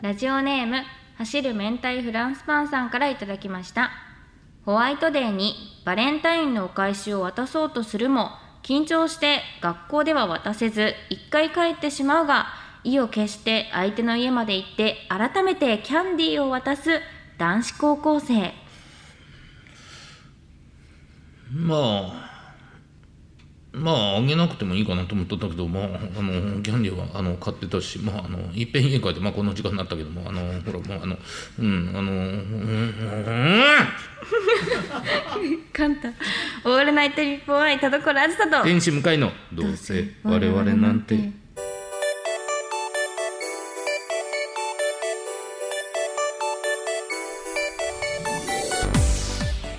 ラジオネーム走る明太フランスパンさんからいただきましたホワイトデーにバレンタインのお返しを渡そうとするも緊張して学校では渡せず一回帰ってしまうが意を決して相手の家まで行って改めてキャンディーを渡す男子高校生まあまああげなくてもいいかなと思っとったけどまああのキャンディーはあの買ってたしまああのいっぺん家帰ってまあこの時間になったけどもあのほらもうあのうんあのうん簡単オールナイト日本愛田所あずさと天使向かいのどうせ我々なんて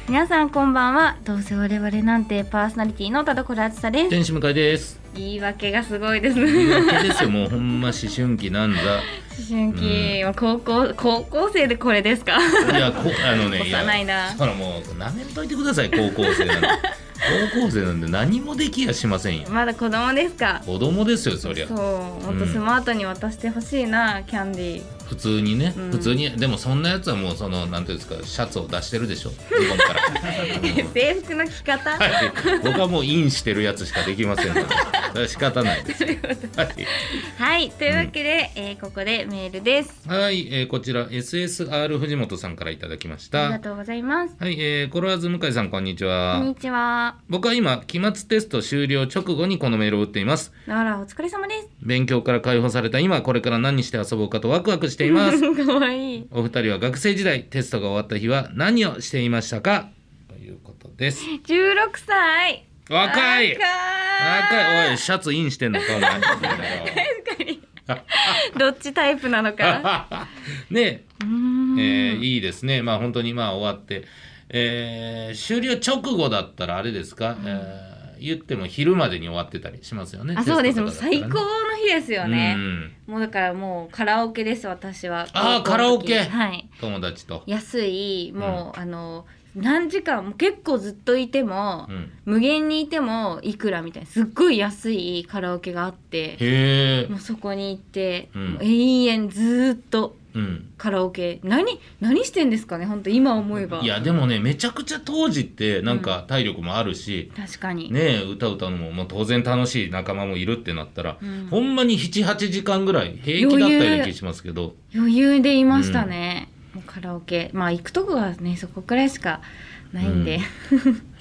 皆さんこんばんはどうせ我々なんてパーソナリティの田所あずさです天使向かいです言い訳がすごいです言いね訳ですよもうほんま思春期なんだ思春期、高校高校生でこれですか いやこあのね幼いなやそらもうなめんといてください高校生なんて高校生なんで何もできやしませんよまだ子供ですか子供ですよそりゃそうもっとスマートに渡してほしいな、キャンディー普通にね、うん普通にでもそんなやつはもうそのなんていうんですかシャツを出してるでしょズボンからう ん制服の着方、 はい、僕はもうインしてるやつしかできませんのでそれは仕方ないですはいはいというわけで、えーここでメールですはい、えーこちら SSR 藤本さんからいただきましありがたとうございますはい、えー、コロワーズ向井さんこんにちこはんにちは僕は今期末テスト終了直後にこのメールを打っていますあらお疲れ様です勉強から解放された今これから何して遊ぼうかとワクワクして いますかわいいお二人は学生時代テストが終わった日は何をしていましたかということです16歳若い若若いおいいシャツインしてんのかお前 どっちタイプなの かねうーんえーいいですねまあ本当にまあ終わって、えー終了直後だったらあれですか、えー言っても昼までに終わってたりしますよねあそうですもうテストとか最だったら高ねの日ですようねんもうだからもうカラオケです私はあー高校の時カラオケはい友達と、安いもう、あの何時間も結構ずっといても、うん、無限にいてもいくらみたいなすっごい安いカラオケがあってへえもうそこに行って、うんもう永遠ずーっとうんカラオケ何何してんですかね本当今思えばいやでもねめちゃくちゃ当時ってなんか体力もあるし、確かに、ねえ歌歌うのももう当然楽しい仲間もいるってなったら、うんほんまに78時間ぐらい平気だったような気しますけど余裕でいましたね、もうカラオケまあ行くとこはねそこくらいしかないんで、へへ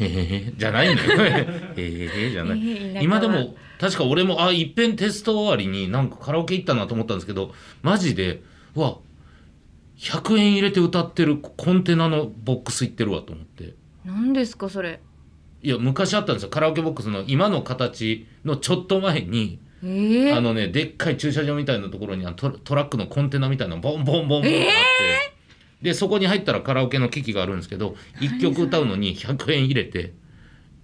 へじゃない のよへへへじゃない、へへへ今でも確か俺もあいっぺんテスト終わりになんかカラオケ行ったなと思ったんですけどマジでうわ100円入れて歌ってるコンテナのボックス行ってるわと思って。何ですかそれいや昔あったんですよカラオケボックスの今の形のちょっと前にえあー、のねでっかい駐車場みたいなところにあのトトラックのコンテナみたいなのボンボンボンボンってあって、でそこに入ったらカラオケの機器があるんですけど1曲歌うのに100円入れて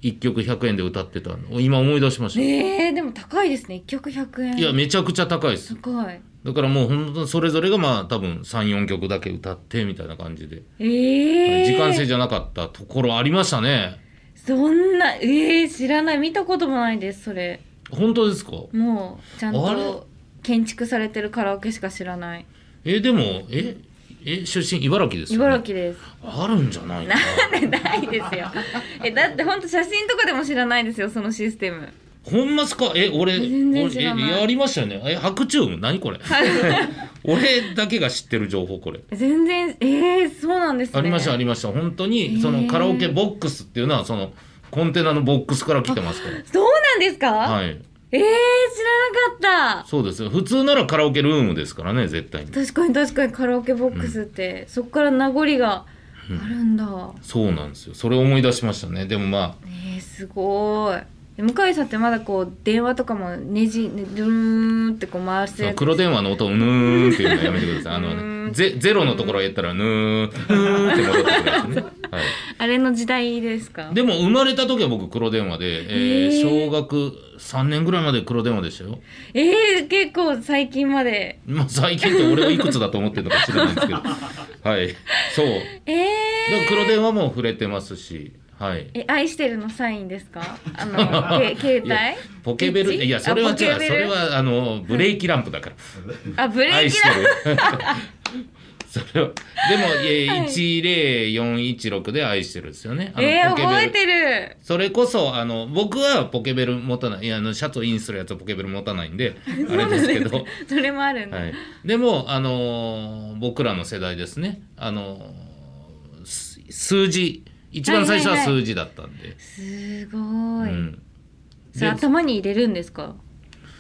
1曲100円で歌ってたの今思い出しました、えー、でも高いですね1曲100円いやめちゃくちゃ高いですすごいだからもう本当それぞれがまあ多分34曲だけ歌ってみたいな感じで、ええ時間制じゃなかったところありましたねそんなえー、知らない見たこともないですそれ本当ですかもうちゃんあれと建築されてるカラオケしか知らないえでもええ出身茨城ですよね茨城ですあるんじゃないか ないですよえだってほんと写真とかでも知らないですよそのシステムほんますかえ俺全然俺知らないえやりましたよねえ白昼夢何 これ 俺だけが知ってる情報これ全然えー、そうなんですねありましたありました本当にそへのーカラオケボックスっていうのはそのコンテナのボックスから来てますか そうなんですか、らはいえー、知らなかっそうですよ普通ならカラオケルームですからね絶対にた確かに確かにカラオケボックスって、そっから名残があるんだ、そうなんですよそれを思い出しましたねでもまえー、すごいで向井さんってまだこう電話とかもネジねドゥーンってこう回あすそやのつ黒電話の音をぬーんっていうのやめてくださいあのうーねんゼゼロのところへ行ったらぬーんぬーんって戻ってくるやつね、はいあれの時代ですかでも生まれた時は僕黒電話で、へえーー小学3年ぐらいまで黒電話でしたよ。えー、結構最近までまあ、最近って俺はいくつだと思ってるのか 知らないんですけどはいそうえー、だから黒電話も触れてますし、はい。え愛してるのサインですか？あ のけ携いや帯？ポケベルピッチいやそれはあ違うポケベルそれはあのブレーキランプだから、あ ブレー愛キしラてンる それはでも、えはいー、10416で愛してるですよねあのえー、ポケベル覚えてる。それこそあの僕はポケベル持たないいやあのシャツをインするやつはポケベル持たないんであれですけど それもあるんだ。はい、でも、あのー僕らの世代ですね、あのーす数字一番最初は数字だったんで、すごうい。んそれで頭に入れるんですか？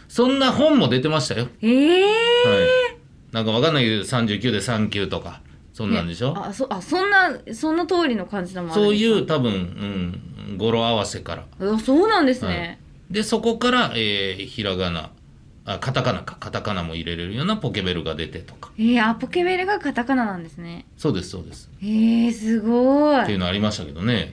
そんな本も出てましたよ、えー。はい、なんかわかんないけど39で3級とかそんなんでしょ、あそあそんなその通りの感じのもあるんそうですいう多分、うん、語呂合わせから、あそうなんですはいね。でそこから、えーひらがなあカタカナかカタカナも入れれるようなポケベルが出てとかえー、あポケベルがカタカナなんですね。そうですそうです、えー、すごってい。いうのありましたけどね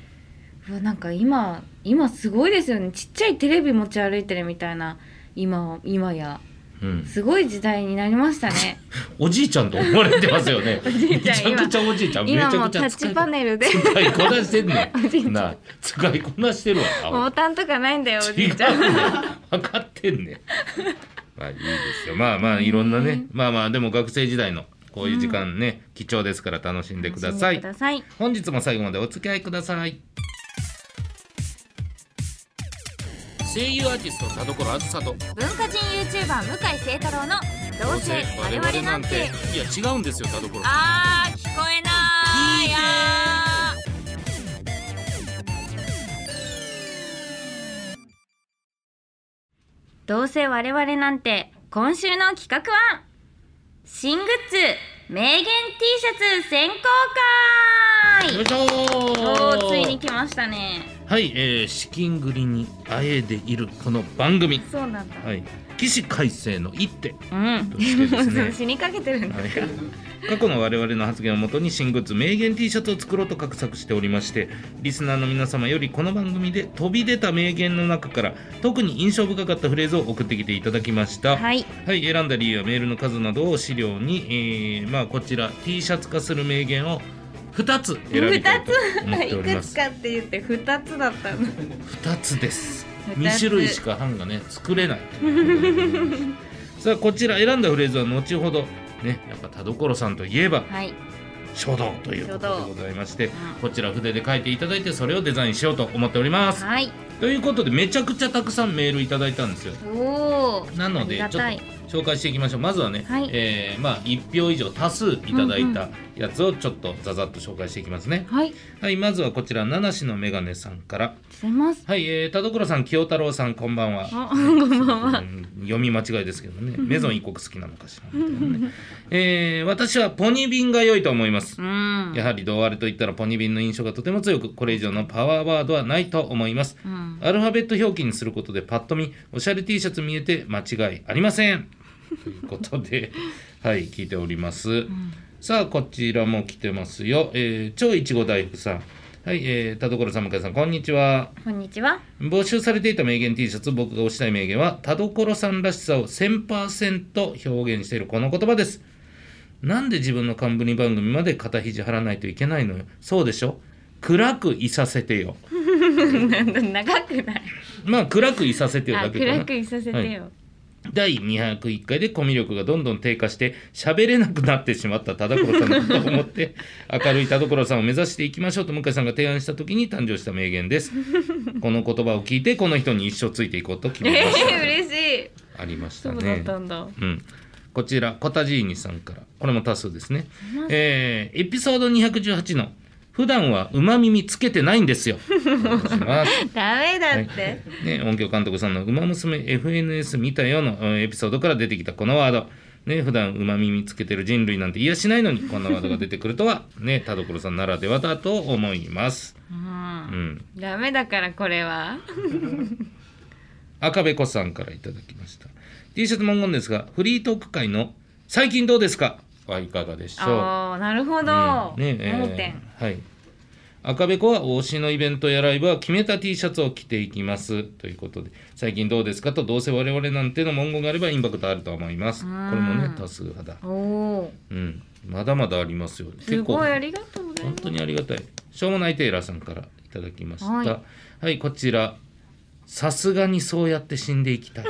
うわなんか今今すごいですよね。ちっちゃいテレビ持ち歩いてるみたいな今今やうんすごい時代になりましたね。おじいちゃんと思われてますよね。じいちゃんめちゃくちゃおじいちゃん、めち今ゃもうくちタゃッ使チいパネルで使いこなしてんねおじいちゃん。んなあ、使いこなしてるわ。ボタンとかないんだよおじ違いちゃん。うね。分かってんねん。まあいいですよ。まあまあいろんなね。まあまあでも学生時代のこういう時間ね、貴重ですから楽しんでくださ楽しんでいく。ださい。本日も最後までお付き合いください声優アーティスト田所あずさと文化人 YouTuber 向井聖太郎の「どうせ我々なんていや違うんですよ田所」あー聞こえないやーどうせ我々なんて今週の企画は新グッズ名言 T シャツ先行よ会いしょーおーついに来ましたねはい、えー、資金繰りにあえでいるこの番組そうなんだはい起死回生の一手うんそしてですねもう死にかけてるんだはい 過去の我々の発言をもとに新グッズ名言 T シャツを作ろうと画策しておりましてリスナーの皆様よりこの番組で飛び出た名言の中から特に印象深かったフレーズを送ってきていただきましたはい、はい選んだ理由やメールの数などを資料に、えーまあ、こちら T シャツ化する名言を2つ選びたいと思っておりいまくつすかって言って二つだったの2つです二つ2種類しか版がね作れない さあこちら選んだフレーズは後ほどねやっぱ田所さんといえばはい書道ということでございまして書道こちら筆で書いていただいてそれをデザインしようと思っておりますはいということでめちゃくちゃたくさんメールいただいたんですよおーなのありでがちょたいっと紹介していきましょうまずはね、はいえーまあ1票以上多数いただいたやつをちょっとざざっと紹介していきますね、はいありがはいまずはこちら七種のメガネさんからとうございますはい、えー、田所さん清太郎さんこんばんはあこんばんうはん読み間違いですけどねメゾン一国好きなのかしらみたいなね、えー私はポニビンが良いと思いますうんやはり同あれといったらポニビンの印象がとても強くこれ以上のパワーワードはないと思いますうんアルファベット表記にすることでパッと見おしゃれ T シャツ見えて間違いありませんということで はい聞いております、さあこちらも来てますよ、えー超いちご大福さんはい、えー、田所さん向井さんこんにちはこんにちは募集されていた名言 T シャツ僕が推したい名言は田所さんらしさを1000%表現しているこの言葉ですなんで自分の冠番組まで肩肘張らないといけないのよそうでしょ暗くいさせてよなんだ長くないまあ暗くいさせてよあだけか暗なくいさせてよ第201回でコミュ力がどんどん低下して喋れなくなってしまった田所さんだと思って明るい田所さんを目指していきましょうと向井さんが提案した時に誕生した名言ですこの言葉を聞いてこの人に一生ついていこうと決えめました、ー嬉しいありましそたうだっね。たんだうん、こちらコタジーニさんからこれも多数ですね、えーエピソード218の「普段はうま耳つけてないんですよ」お願いし ますダメだってね、音響監督さんの「ウマ娘 FNS 見たよ」のうんエピソードから出てきたこのワード、ね、普段うま耳つけてる人類なんて癒やしないのにこんなワードが出てくるとは、ね、田所さんならではだと思います、ううんん、ダメだからこれは赤べこさんからいただきました T シャツ文言ですがフリートーク会の「最近どうですか?」はいかがでしょああなるほうど盲うんねえー点はい赤べこは推しのイベントやライブは決めた T シャツを着ていきますということで「最近どうですか?」と「どうせ我々なんて」の文言があればインパクトあると思いますこうんれもね多数派だおおーうんまだまだありますよす結構ごいありがとうござい本ます当にありがたいしょうもないテイラーさんからいただきました。ははいい、こちら。さすがにそうやって死んでいきたい。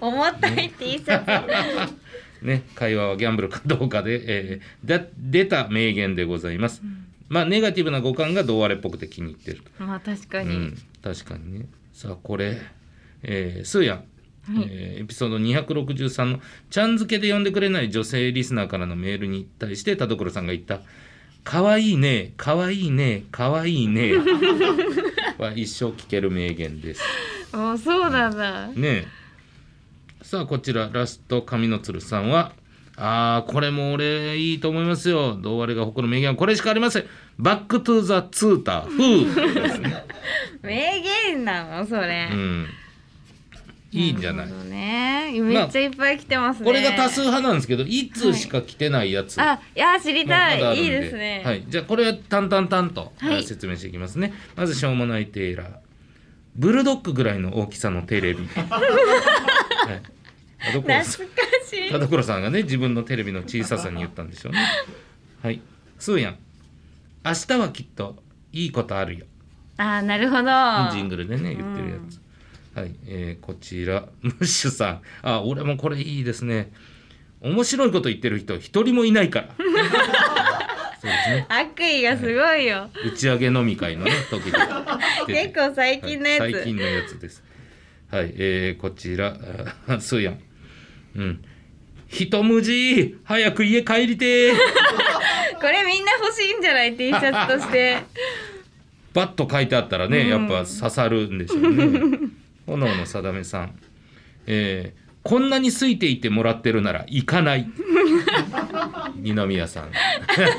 重たい T シャツ。ね、会話はギャンブルかどうかで、えーだ出た名言でございます。まあ、ネガティブな五感がどうあれっぽくて気に入ってると。まあ確かうに。ん、確かにね。さあ、これ、えー、スーヤン。えーエピソード263の「ちゃん付けで呼んでくれない女性リスナーからのメールに対して田所さんが言った「かわいいねかわいいねかわいいね」 は一生聞ける名言です。おそうなんだ。ねえさあこちらラスト上の鶴さんは「ああこれも俺いいと思いますよどうあれが誇る名言はこれしかありませんバックトゥザツーターフー」ですね。 名言なのそれう。んいいんじゃないるほどね。めっちゃいっぱい来てますね。これが多数派なんですけど1通しか来てないやつ、あ、いや知りもまだたあるい。んいいですね。はい、じゃあこれ淡々々と、はい説明していきますねまずしょうもないテイラーブルドッグぐらいの大きさのテ レビ、はい、田所懐かさんしい。田所さんがね自分のテレビの小ささに言ったんでしょうねはいスーヤン明日はきっといいことあるよあー、なるほど。ジングルでね言ってるやつ、はい、えーこちらムッシュさんあ俺もこれいいですね面白いこと言ってる人一人もいないから そうですね悪意がすごいよ。打ち上げ飲み会のね時に結構最近のやつ。はい最近のやつですはいえーこちらあスーヤンうん一無字早く家帰りてーこれみんな欲しいんじゃない T シャツとして。バッと書いてあったらね、うんやっぱ刺さるんでしょうね炎の定めさん、えーこんなに空いていてもらってるなら行かない二宮さん もう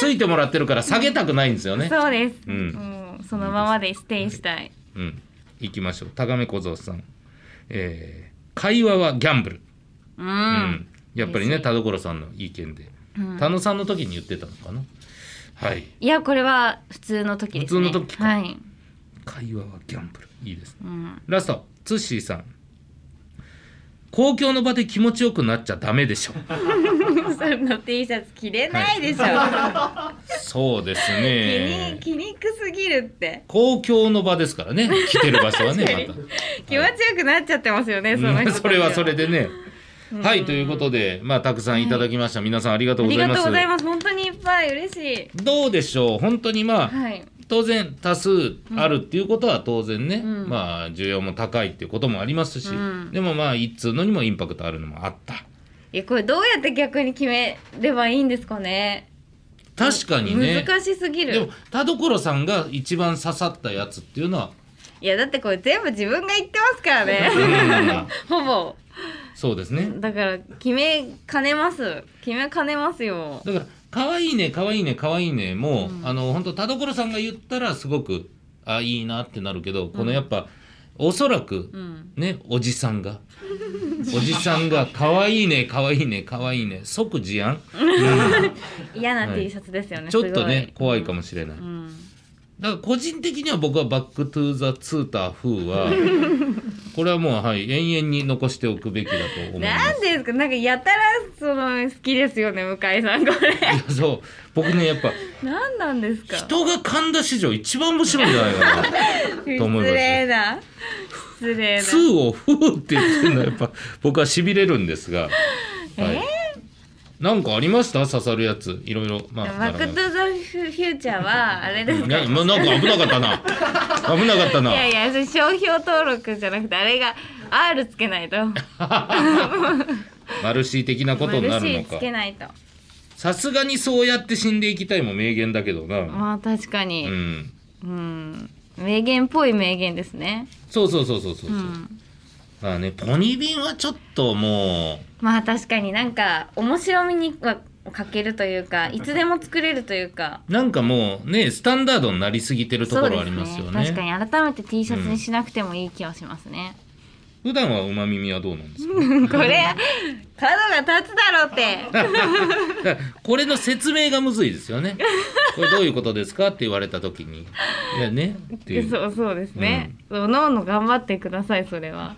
空いてもらってるから下げたくないんですよねそうです。うんもうそのままでステイしたい。うん、行きましょう。タガメ小僧さん、えー会話はギャンブル。う。うんやっぱりね、田所さんの意見で、うん田野さんの時に言ってたのかな。はい、いやこれは普通の時ですね。普通の時かはい。会話はギャンブル。いいですね。うん。ラスト、ツッシーさん。公共の場で気持ちよくなっちゃダメで しょ。その T シャツ着れないでしょ。そうです気にね。気にくすぎるって。公共の場ですからね、来てる場所は確かねに、 また。気持ちよくなっちゃってますよね、そのうん人それはそれで。でね。はい、ということで、まあ、たくさんいただきました。皆さんありがとあうごりざいがまとうすござ。います。本当にいっぱい嬉しどうでしょう本当にまあ、い。はい。当然多数あるっていうことは当然ね、うんまあ需要も高いっていうこともありますうし、んでもまあ一通のにもインパクトあるのもあったいやこれどうやって逆に決めればいいんですかね。確かにね難しすぎでもる。田所さんが一番刺さったやつっていうの は、いやだってこれ全部自分が言ってますからうね。ん、 ほぼ。そうですねだから決めかねます。決めかねますよ。だから「可愛いね可愛いね可愛いね」も、うんあの本当田所さんが言ったらすごくあいいなってなるけどこうのんやっぱ、おそらくうん。ね、おじさ んが。おじさんが、可愛いね、可愛いね、可愛いね、即事案。嫌なはい T シャツですよね。ちょっとね、すご怖いかもしれない。うだかん。ら、個人的には、僕はバックトゥーザツーター風 は。これはもう、はい、延々に残しておくべきだと思いまなんす。でですか。なんかやたらその好きですよね向井さんこれ。 いや、そう、僕ね、やっぱ、なんなんですか。人が神田史上一番面白いんじゃないかな。 と思います失礼な失礼なツーをフーって言ってるのはやっぱ僕はしびれるんですが、はい、なんかありました刺さるやついろいろまあバック・トゥ・ザ・フューチャーはあれですかななんか危なかった な危なかったないやいやそれ商標登録じゃなくてあれが R つけないとマルシー的なことになマルシるのーつかけないとさすがにそうやって死んでいきたいも名言だけどな、まあ確かうにん、うん、名言っぽい名言ですねそうそうそうそうそう、ううんまあねポニビンはちょっともまあ確かになんか面白みには欠けるというかいつでも作れるというかうなんかもうねスタンダードになりすぎてるところありますよそうでねすね確かに改めて T シャツにしなくてもいい気はしますね、普段はうま耳はどうなんですか これ角が立つだろうってこれの説明がむずいです よねこれどういうことですかって言われた時にいやねっていうそうそうですね、おのおの頑張ってくださいそれ は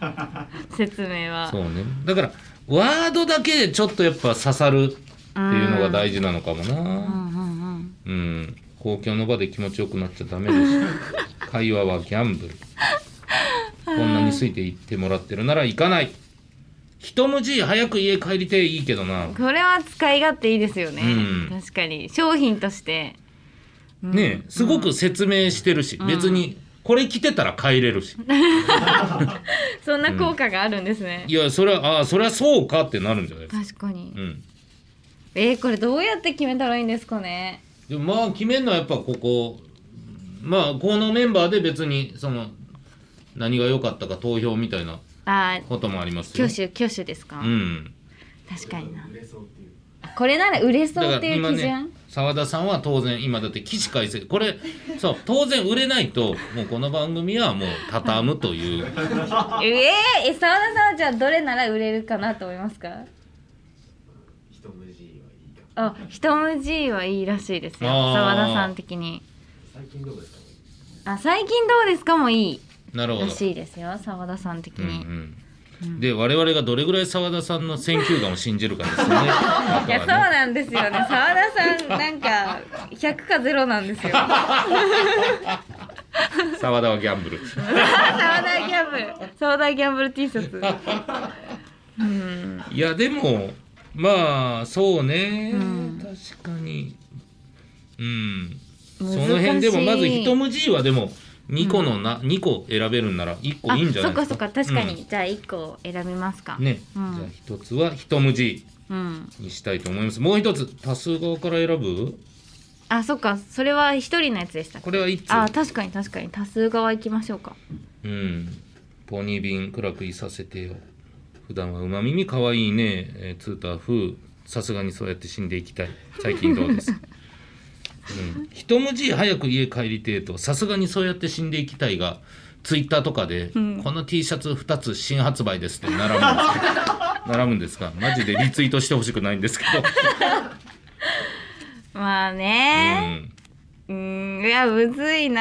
説明はそうねだからワードだけでちょっとやっぱ刺さるっていうのが大事なのかもなうんうんうんうん、公共の場で気持ちよくなっちゃダメでした会話はギャンブルこんなについて行ってもらってるなら行かない一文字早く家帰りてえいいけどなこれは使い勝手いいですよね、うん確かに商品として、うんねえすごく説明してるし、別にこれ着てたら帰れるし、そんな効果があるんですねい、やそれはああそれはそうかってなるんじゃないですか、確かに、うん、えー、これどうやって決めたらいいんですかねでもまあ決めるのはやっぱここまあこのメンバーで別にその何が良かったか投票みたいなあーこともありますよ挙手挙手ですか、うん確かになこれなら売れそうっていう基準、澤田さんは当然今だって起死回生これそう当然売れないともうこの番組はもう畳むというえー、え澤田さんはじゃあどれなら売れるかなと思いますか一文字はいいかあ、一文字はいいらしいですよあー澤田さん的に最近どうですかあ最近どうですかもいいなるほどら。しいですよ澤田さん的うんに、うん、で我々がどれぐらい澤田さんの選球眼を信じるかですよね。だ いやそかうらねなんですよね澤田さんなんか100か0なんです よ澤澤田はギャンブル。田ギャンブル澤田ギャンブル T シャツうんいやでもまあそうね、うん確かにうんそ難しいの辺でもまず一文字はでも2個のな、二個選べるんなら1個いいんじゃないあですそっかかそっか確かに、、じゃあ1個選びますかうんね、うんじゃあ一つは一文字うんにしたいと思いますもう一つ多数側から選ぶあそっかそれは一人のやつでしたこれは1つあ確かに確かに多数側行きましょうかうん。ポニービン暗くいさせてよ。普段は馬耳可愛いね。えー、ツーター風。さすがにそうやって死んでいきたい。最近どう です。うん、一文字早く家帰りてえとさすがにそうやって死んでいきたいがツイッターとかで、この T シャツ2つ新発売です」って並ぶんですけど並ぶんですかマジでリツイートしてほしくないんですけど、まあうねうん、んいやむずいな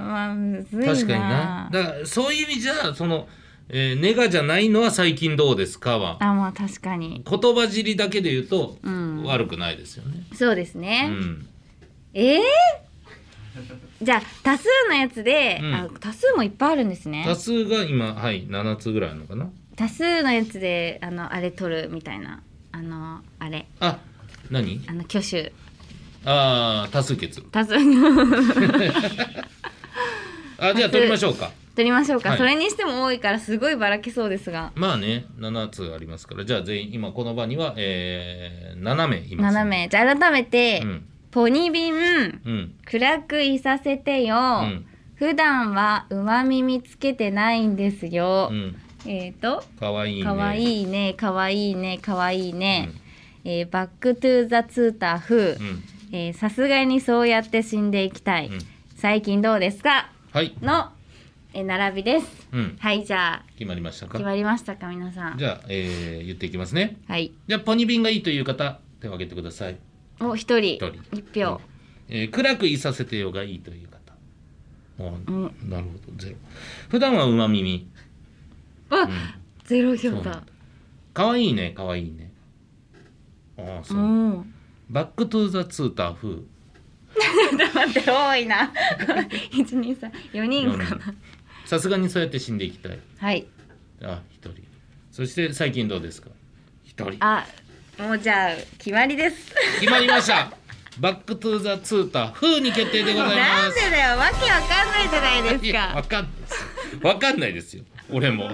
まあむずいな確かになだからそういう意味じゃその、えーネガじゃないのは最近どうですかはあまあ確かに言葉尻だけで言うと、うん悪くないですよね。そうですうね、ん、ええ じゃあ多数のやつで、うんあ多数もいっぱいあるんですね多数が今はい7つぐらいあるのかな。多数のやつであのあれ取るみたいなあのあれあ何あの挙手あー多数決。多数 あじゃ多あ数取りましょうか。取りましょうか、はいそれにしても多いからすごいばらけそうですがまあね7つありますからじゃあ全員今この場には、えー、7名います、 7名じゃあ改めて、うんポニビンうん暗くいさせてよ、ん普段はうまみ見つけてないんですよう、んえっ、とかわいいね。かわい。いいねかわいいねかわいいね、えーバックトゥーザツーター風うんえーさすがにそうやって死んでいきたい、うん最近どうですかはい、の、えー並びですうん、はいじゃあ決まりましたか決。まりましたか皆さんじゃあ、えー、言っていきますね。はいじゃあポニビンがいいという方手を挙げてください。お一人人一票、えー暗くいさせてよがいいという方。うあんなるほど、ゼロ。普段は馬耳。あ、うんゼロ票そうなんだだ可愛いね、可愛いね。ああ、そうう。んバックトゥーザツーター風。 待って多いな一二三四人かなさすがにそうやって死んでいきたい。はいあ、一人。そして最近どうですか一人。あもうじゃあ決まりです決まりました。バックトゥーザツーター風に決定でございなまんすで。だよわけわかんないじゃないですいやわかかんないですよ。わかんないですよ。俺も。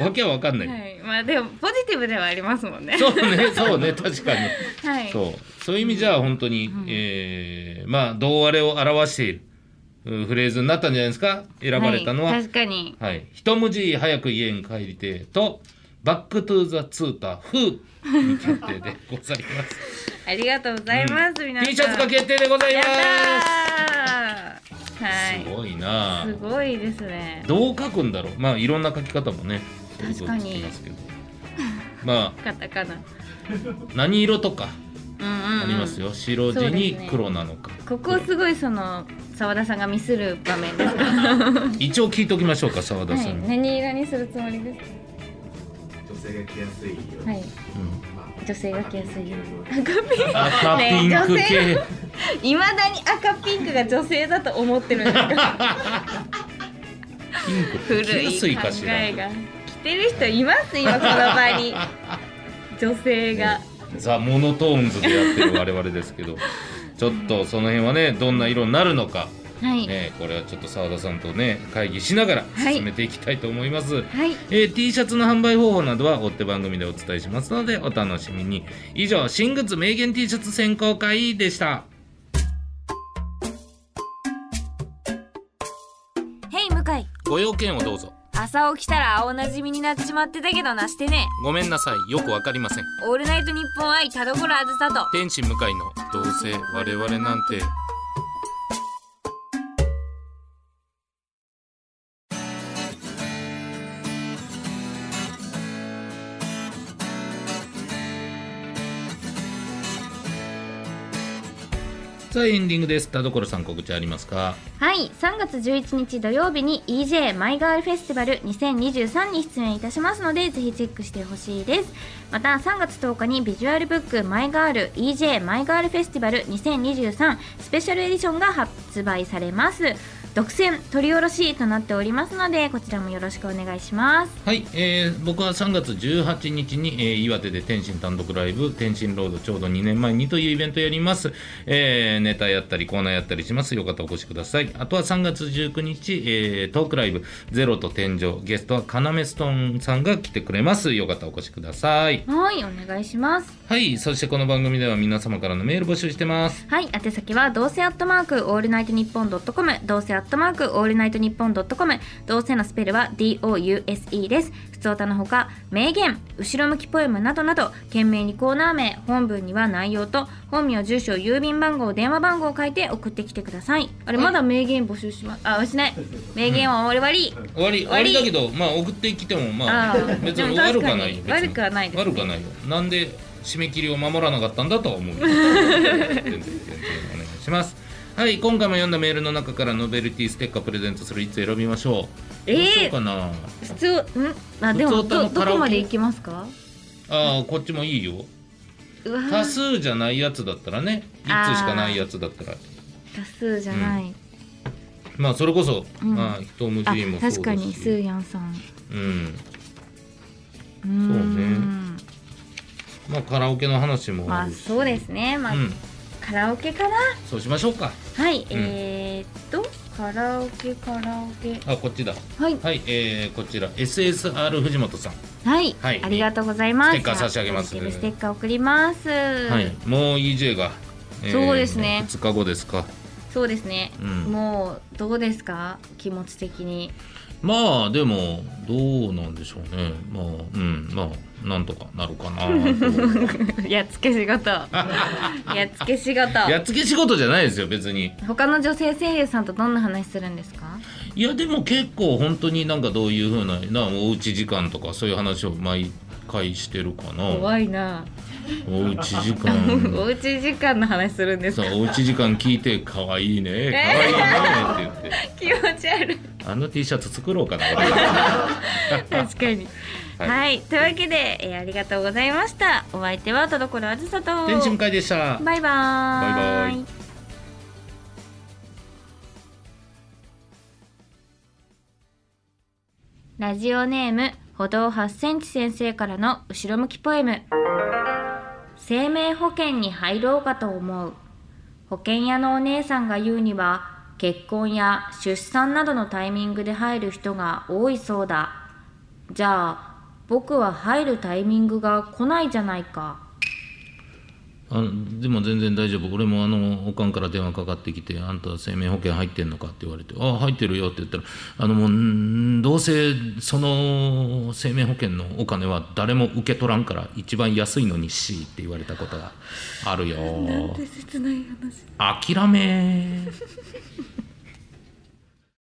わけはわかんない。はいまあでもポジティブではありますもんね そうね、そうね、確かに。はいそうそういう意味じゃ本当に、えーまあ同割れを表しているうんフレーズになったんじゃないですか選ばれたのは、はいい確かに一文字早く家に帰りてえと「バック・トゥ・ザ・ツーター・フー」に決定でございます。ありがとうございます、皆さん T シャツが決定でございやまったーす。すはごいないすごいですねどう書くんだろうまあいろんな書き方もね確かにそういうこと聞きますけどまあカタカナうん何色とかうん、うん、ありますよ、白地そうですにね黒なのか、ここすごいその澤田さんがミスる場面ですか一応聞いておきましょうか澤田はさんに。い何色にするつもりです女性が着やすいように、はいうんまあ女性が着やすいよようにうに赤ピン赤ピンクね系、いまだに赤ピンクが女性だと思ってるのがピンク古着やいす考いかしらえが着てる人います今この場に女性がザ・モノトーンズでやってる我々です けどちょっとその辺はねどんな色になるのか、はい、ね、これはちょっと澤田さんとね会議しながらはい進めていきたいと思います、はいえー T シャツの販売方法などは追って番組でお伝えしますのでお楽しみに以上新グッズ名言 T シャツ選考会でしたへい向井ご用件をどうぞ朝起きたら青なじみになっちまってたけどなしてねごめんなさいよくわかりませんオールナイトニッポン愛田所あずさと天使向かいのどうせ我々なんてさあエンディングです田所さん告知ありますかはい、3月11日土曜日に EJ マイガールフェスティバル2023に出演いたしますのでぜひチェックしてほしいですまた3月10日にビジュアルブックマイガール EJ マイガールフェスティバル2023スペシャルエディションが発売されます独占取り下ろしとなっておりますのでこちらもよろしくお願いしますはい、えー僕は3月18日に、えー岩手で天津単独ライブ「天津ロードちょうど2年前に」というイベントをやります、えーネタやったりコーナーやったりしますよかったらお越しくださいあとは3月19日、えートークライブ「ゼロと天井」ゲストは要ストーンさんが来てくれますよかったらお越しくださいはいお願いしますはいそしてこの番組では皆様からのメール募集してますはい、宛先はどうせアットマークオールナイトニッポンドットコム、どうせアットマークオールナイトニッポンドットコム、どうせのスペルは DOUSE です。普通歌のほか、名言、後ろ向きポエムなどなど、懸命にコーナー名、本文には内容と、本名、住所、郵便番号、電話番号を書いて送ってきてください。あれ、まだ名言募集します。あ、 しない。名言は終わり。終わり終終わわりりだけどまあ送ってきてもまああー別でもに確悪くかはにないよ別に悪くはないですね悪くはないよなんで締め切りを守らなかったんだと は思う全然全然お願いしますはい今回も読んだメールの中からノベルティステッカープレゼントするいつ選びましょうえーどうしようかな普通、んあ、でも、普通歌のど、カラオケどこまで行きますかあーこっちもいいようわ多ー数じゃないやつだったらね一あー通しかないやつだったら多数じゃない。まあそれこそ、うんまあ人無あ事も、そうだし確かに、スーヤンさん。うんうーんそうねまあカラオケの話もまああるしそうですね、まあうんカラオケかなそうしましょうかはい、えー、っとカラオケカラオケあこっちだはいはい、えー、こちら SSR 藤本さん、はい、はいありがとうございますステッカー差し上げまカすラオケでステッカー送ります、はい、もう EJ が、そうですね2日後ですかそうですね、うんもうどうですか気持ち的に まあでもどうなんでしょうねまあうんまあなんとかなるかな とやっつけ仕 事やっつけ仕事やっつけ仕事じゃないですよ別に他の女性声優さんとどんな話するんですかいやでも結構本当になんかどういうふうななおうち時間とかそういう話を毎回してるかな怖いな、おうち時 お間うち時間の話するんですそかうおうち時間聞いて可愛いね可愛いねって言って気持ち悪いあの T シャツ作ろうかな俺確かに。ははいい、というわけで、えーありがとうございました。お相手は田所あずさと。天使向かいでしたバイバーイ。バイバイラジオネーム歩道8センチ先生からの後ろ向きポエム生命保険に入ろうかと思う保険屋のお姉さんが言うには結婚や出産などのタイミングで入る人が多いそうだじゃあ僕は入るタイミングが来ないじゃないかあのでも全然大丈夫俺もあのおかんから電話かかってきて「あんた生命保険入ってんのか?」って言われて「あ入ってるよ」って言ったら「あのもうんどうせその生命保険のお金は誰も受け取らんから一番安いのにし」って言われたことがあるよ。切ない話諦め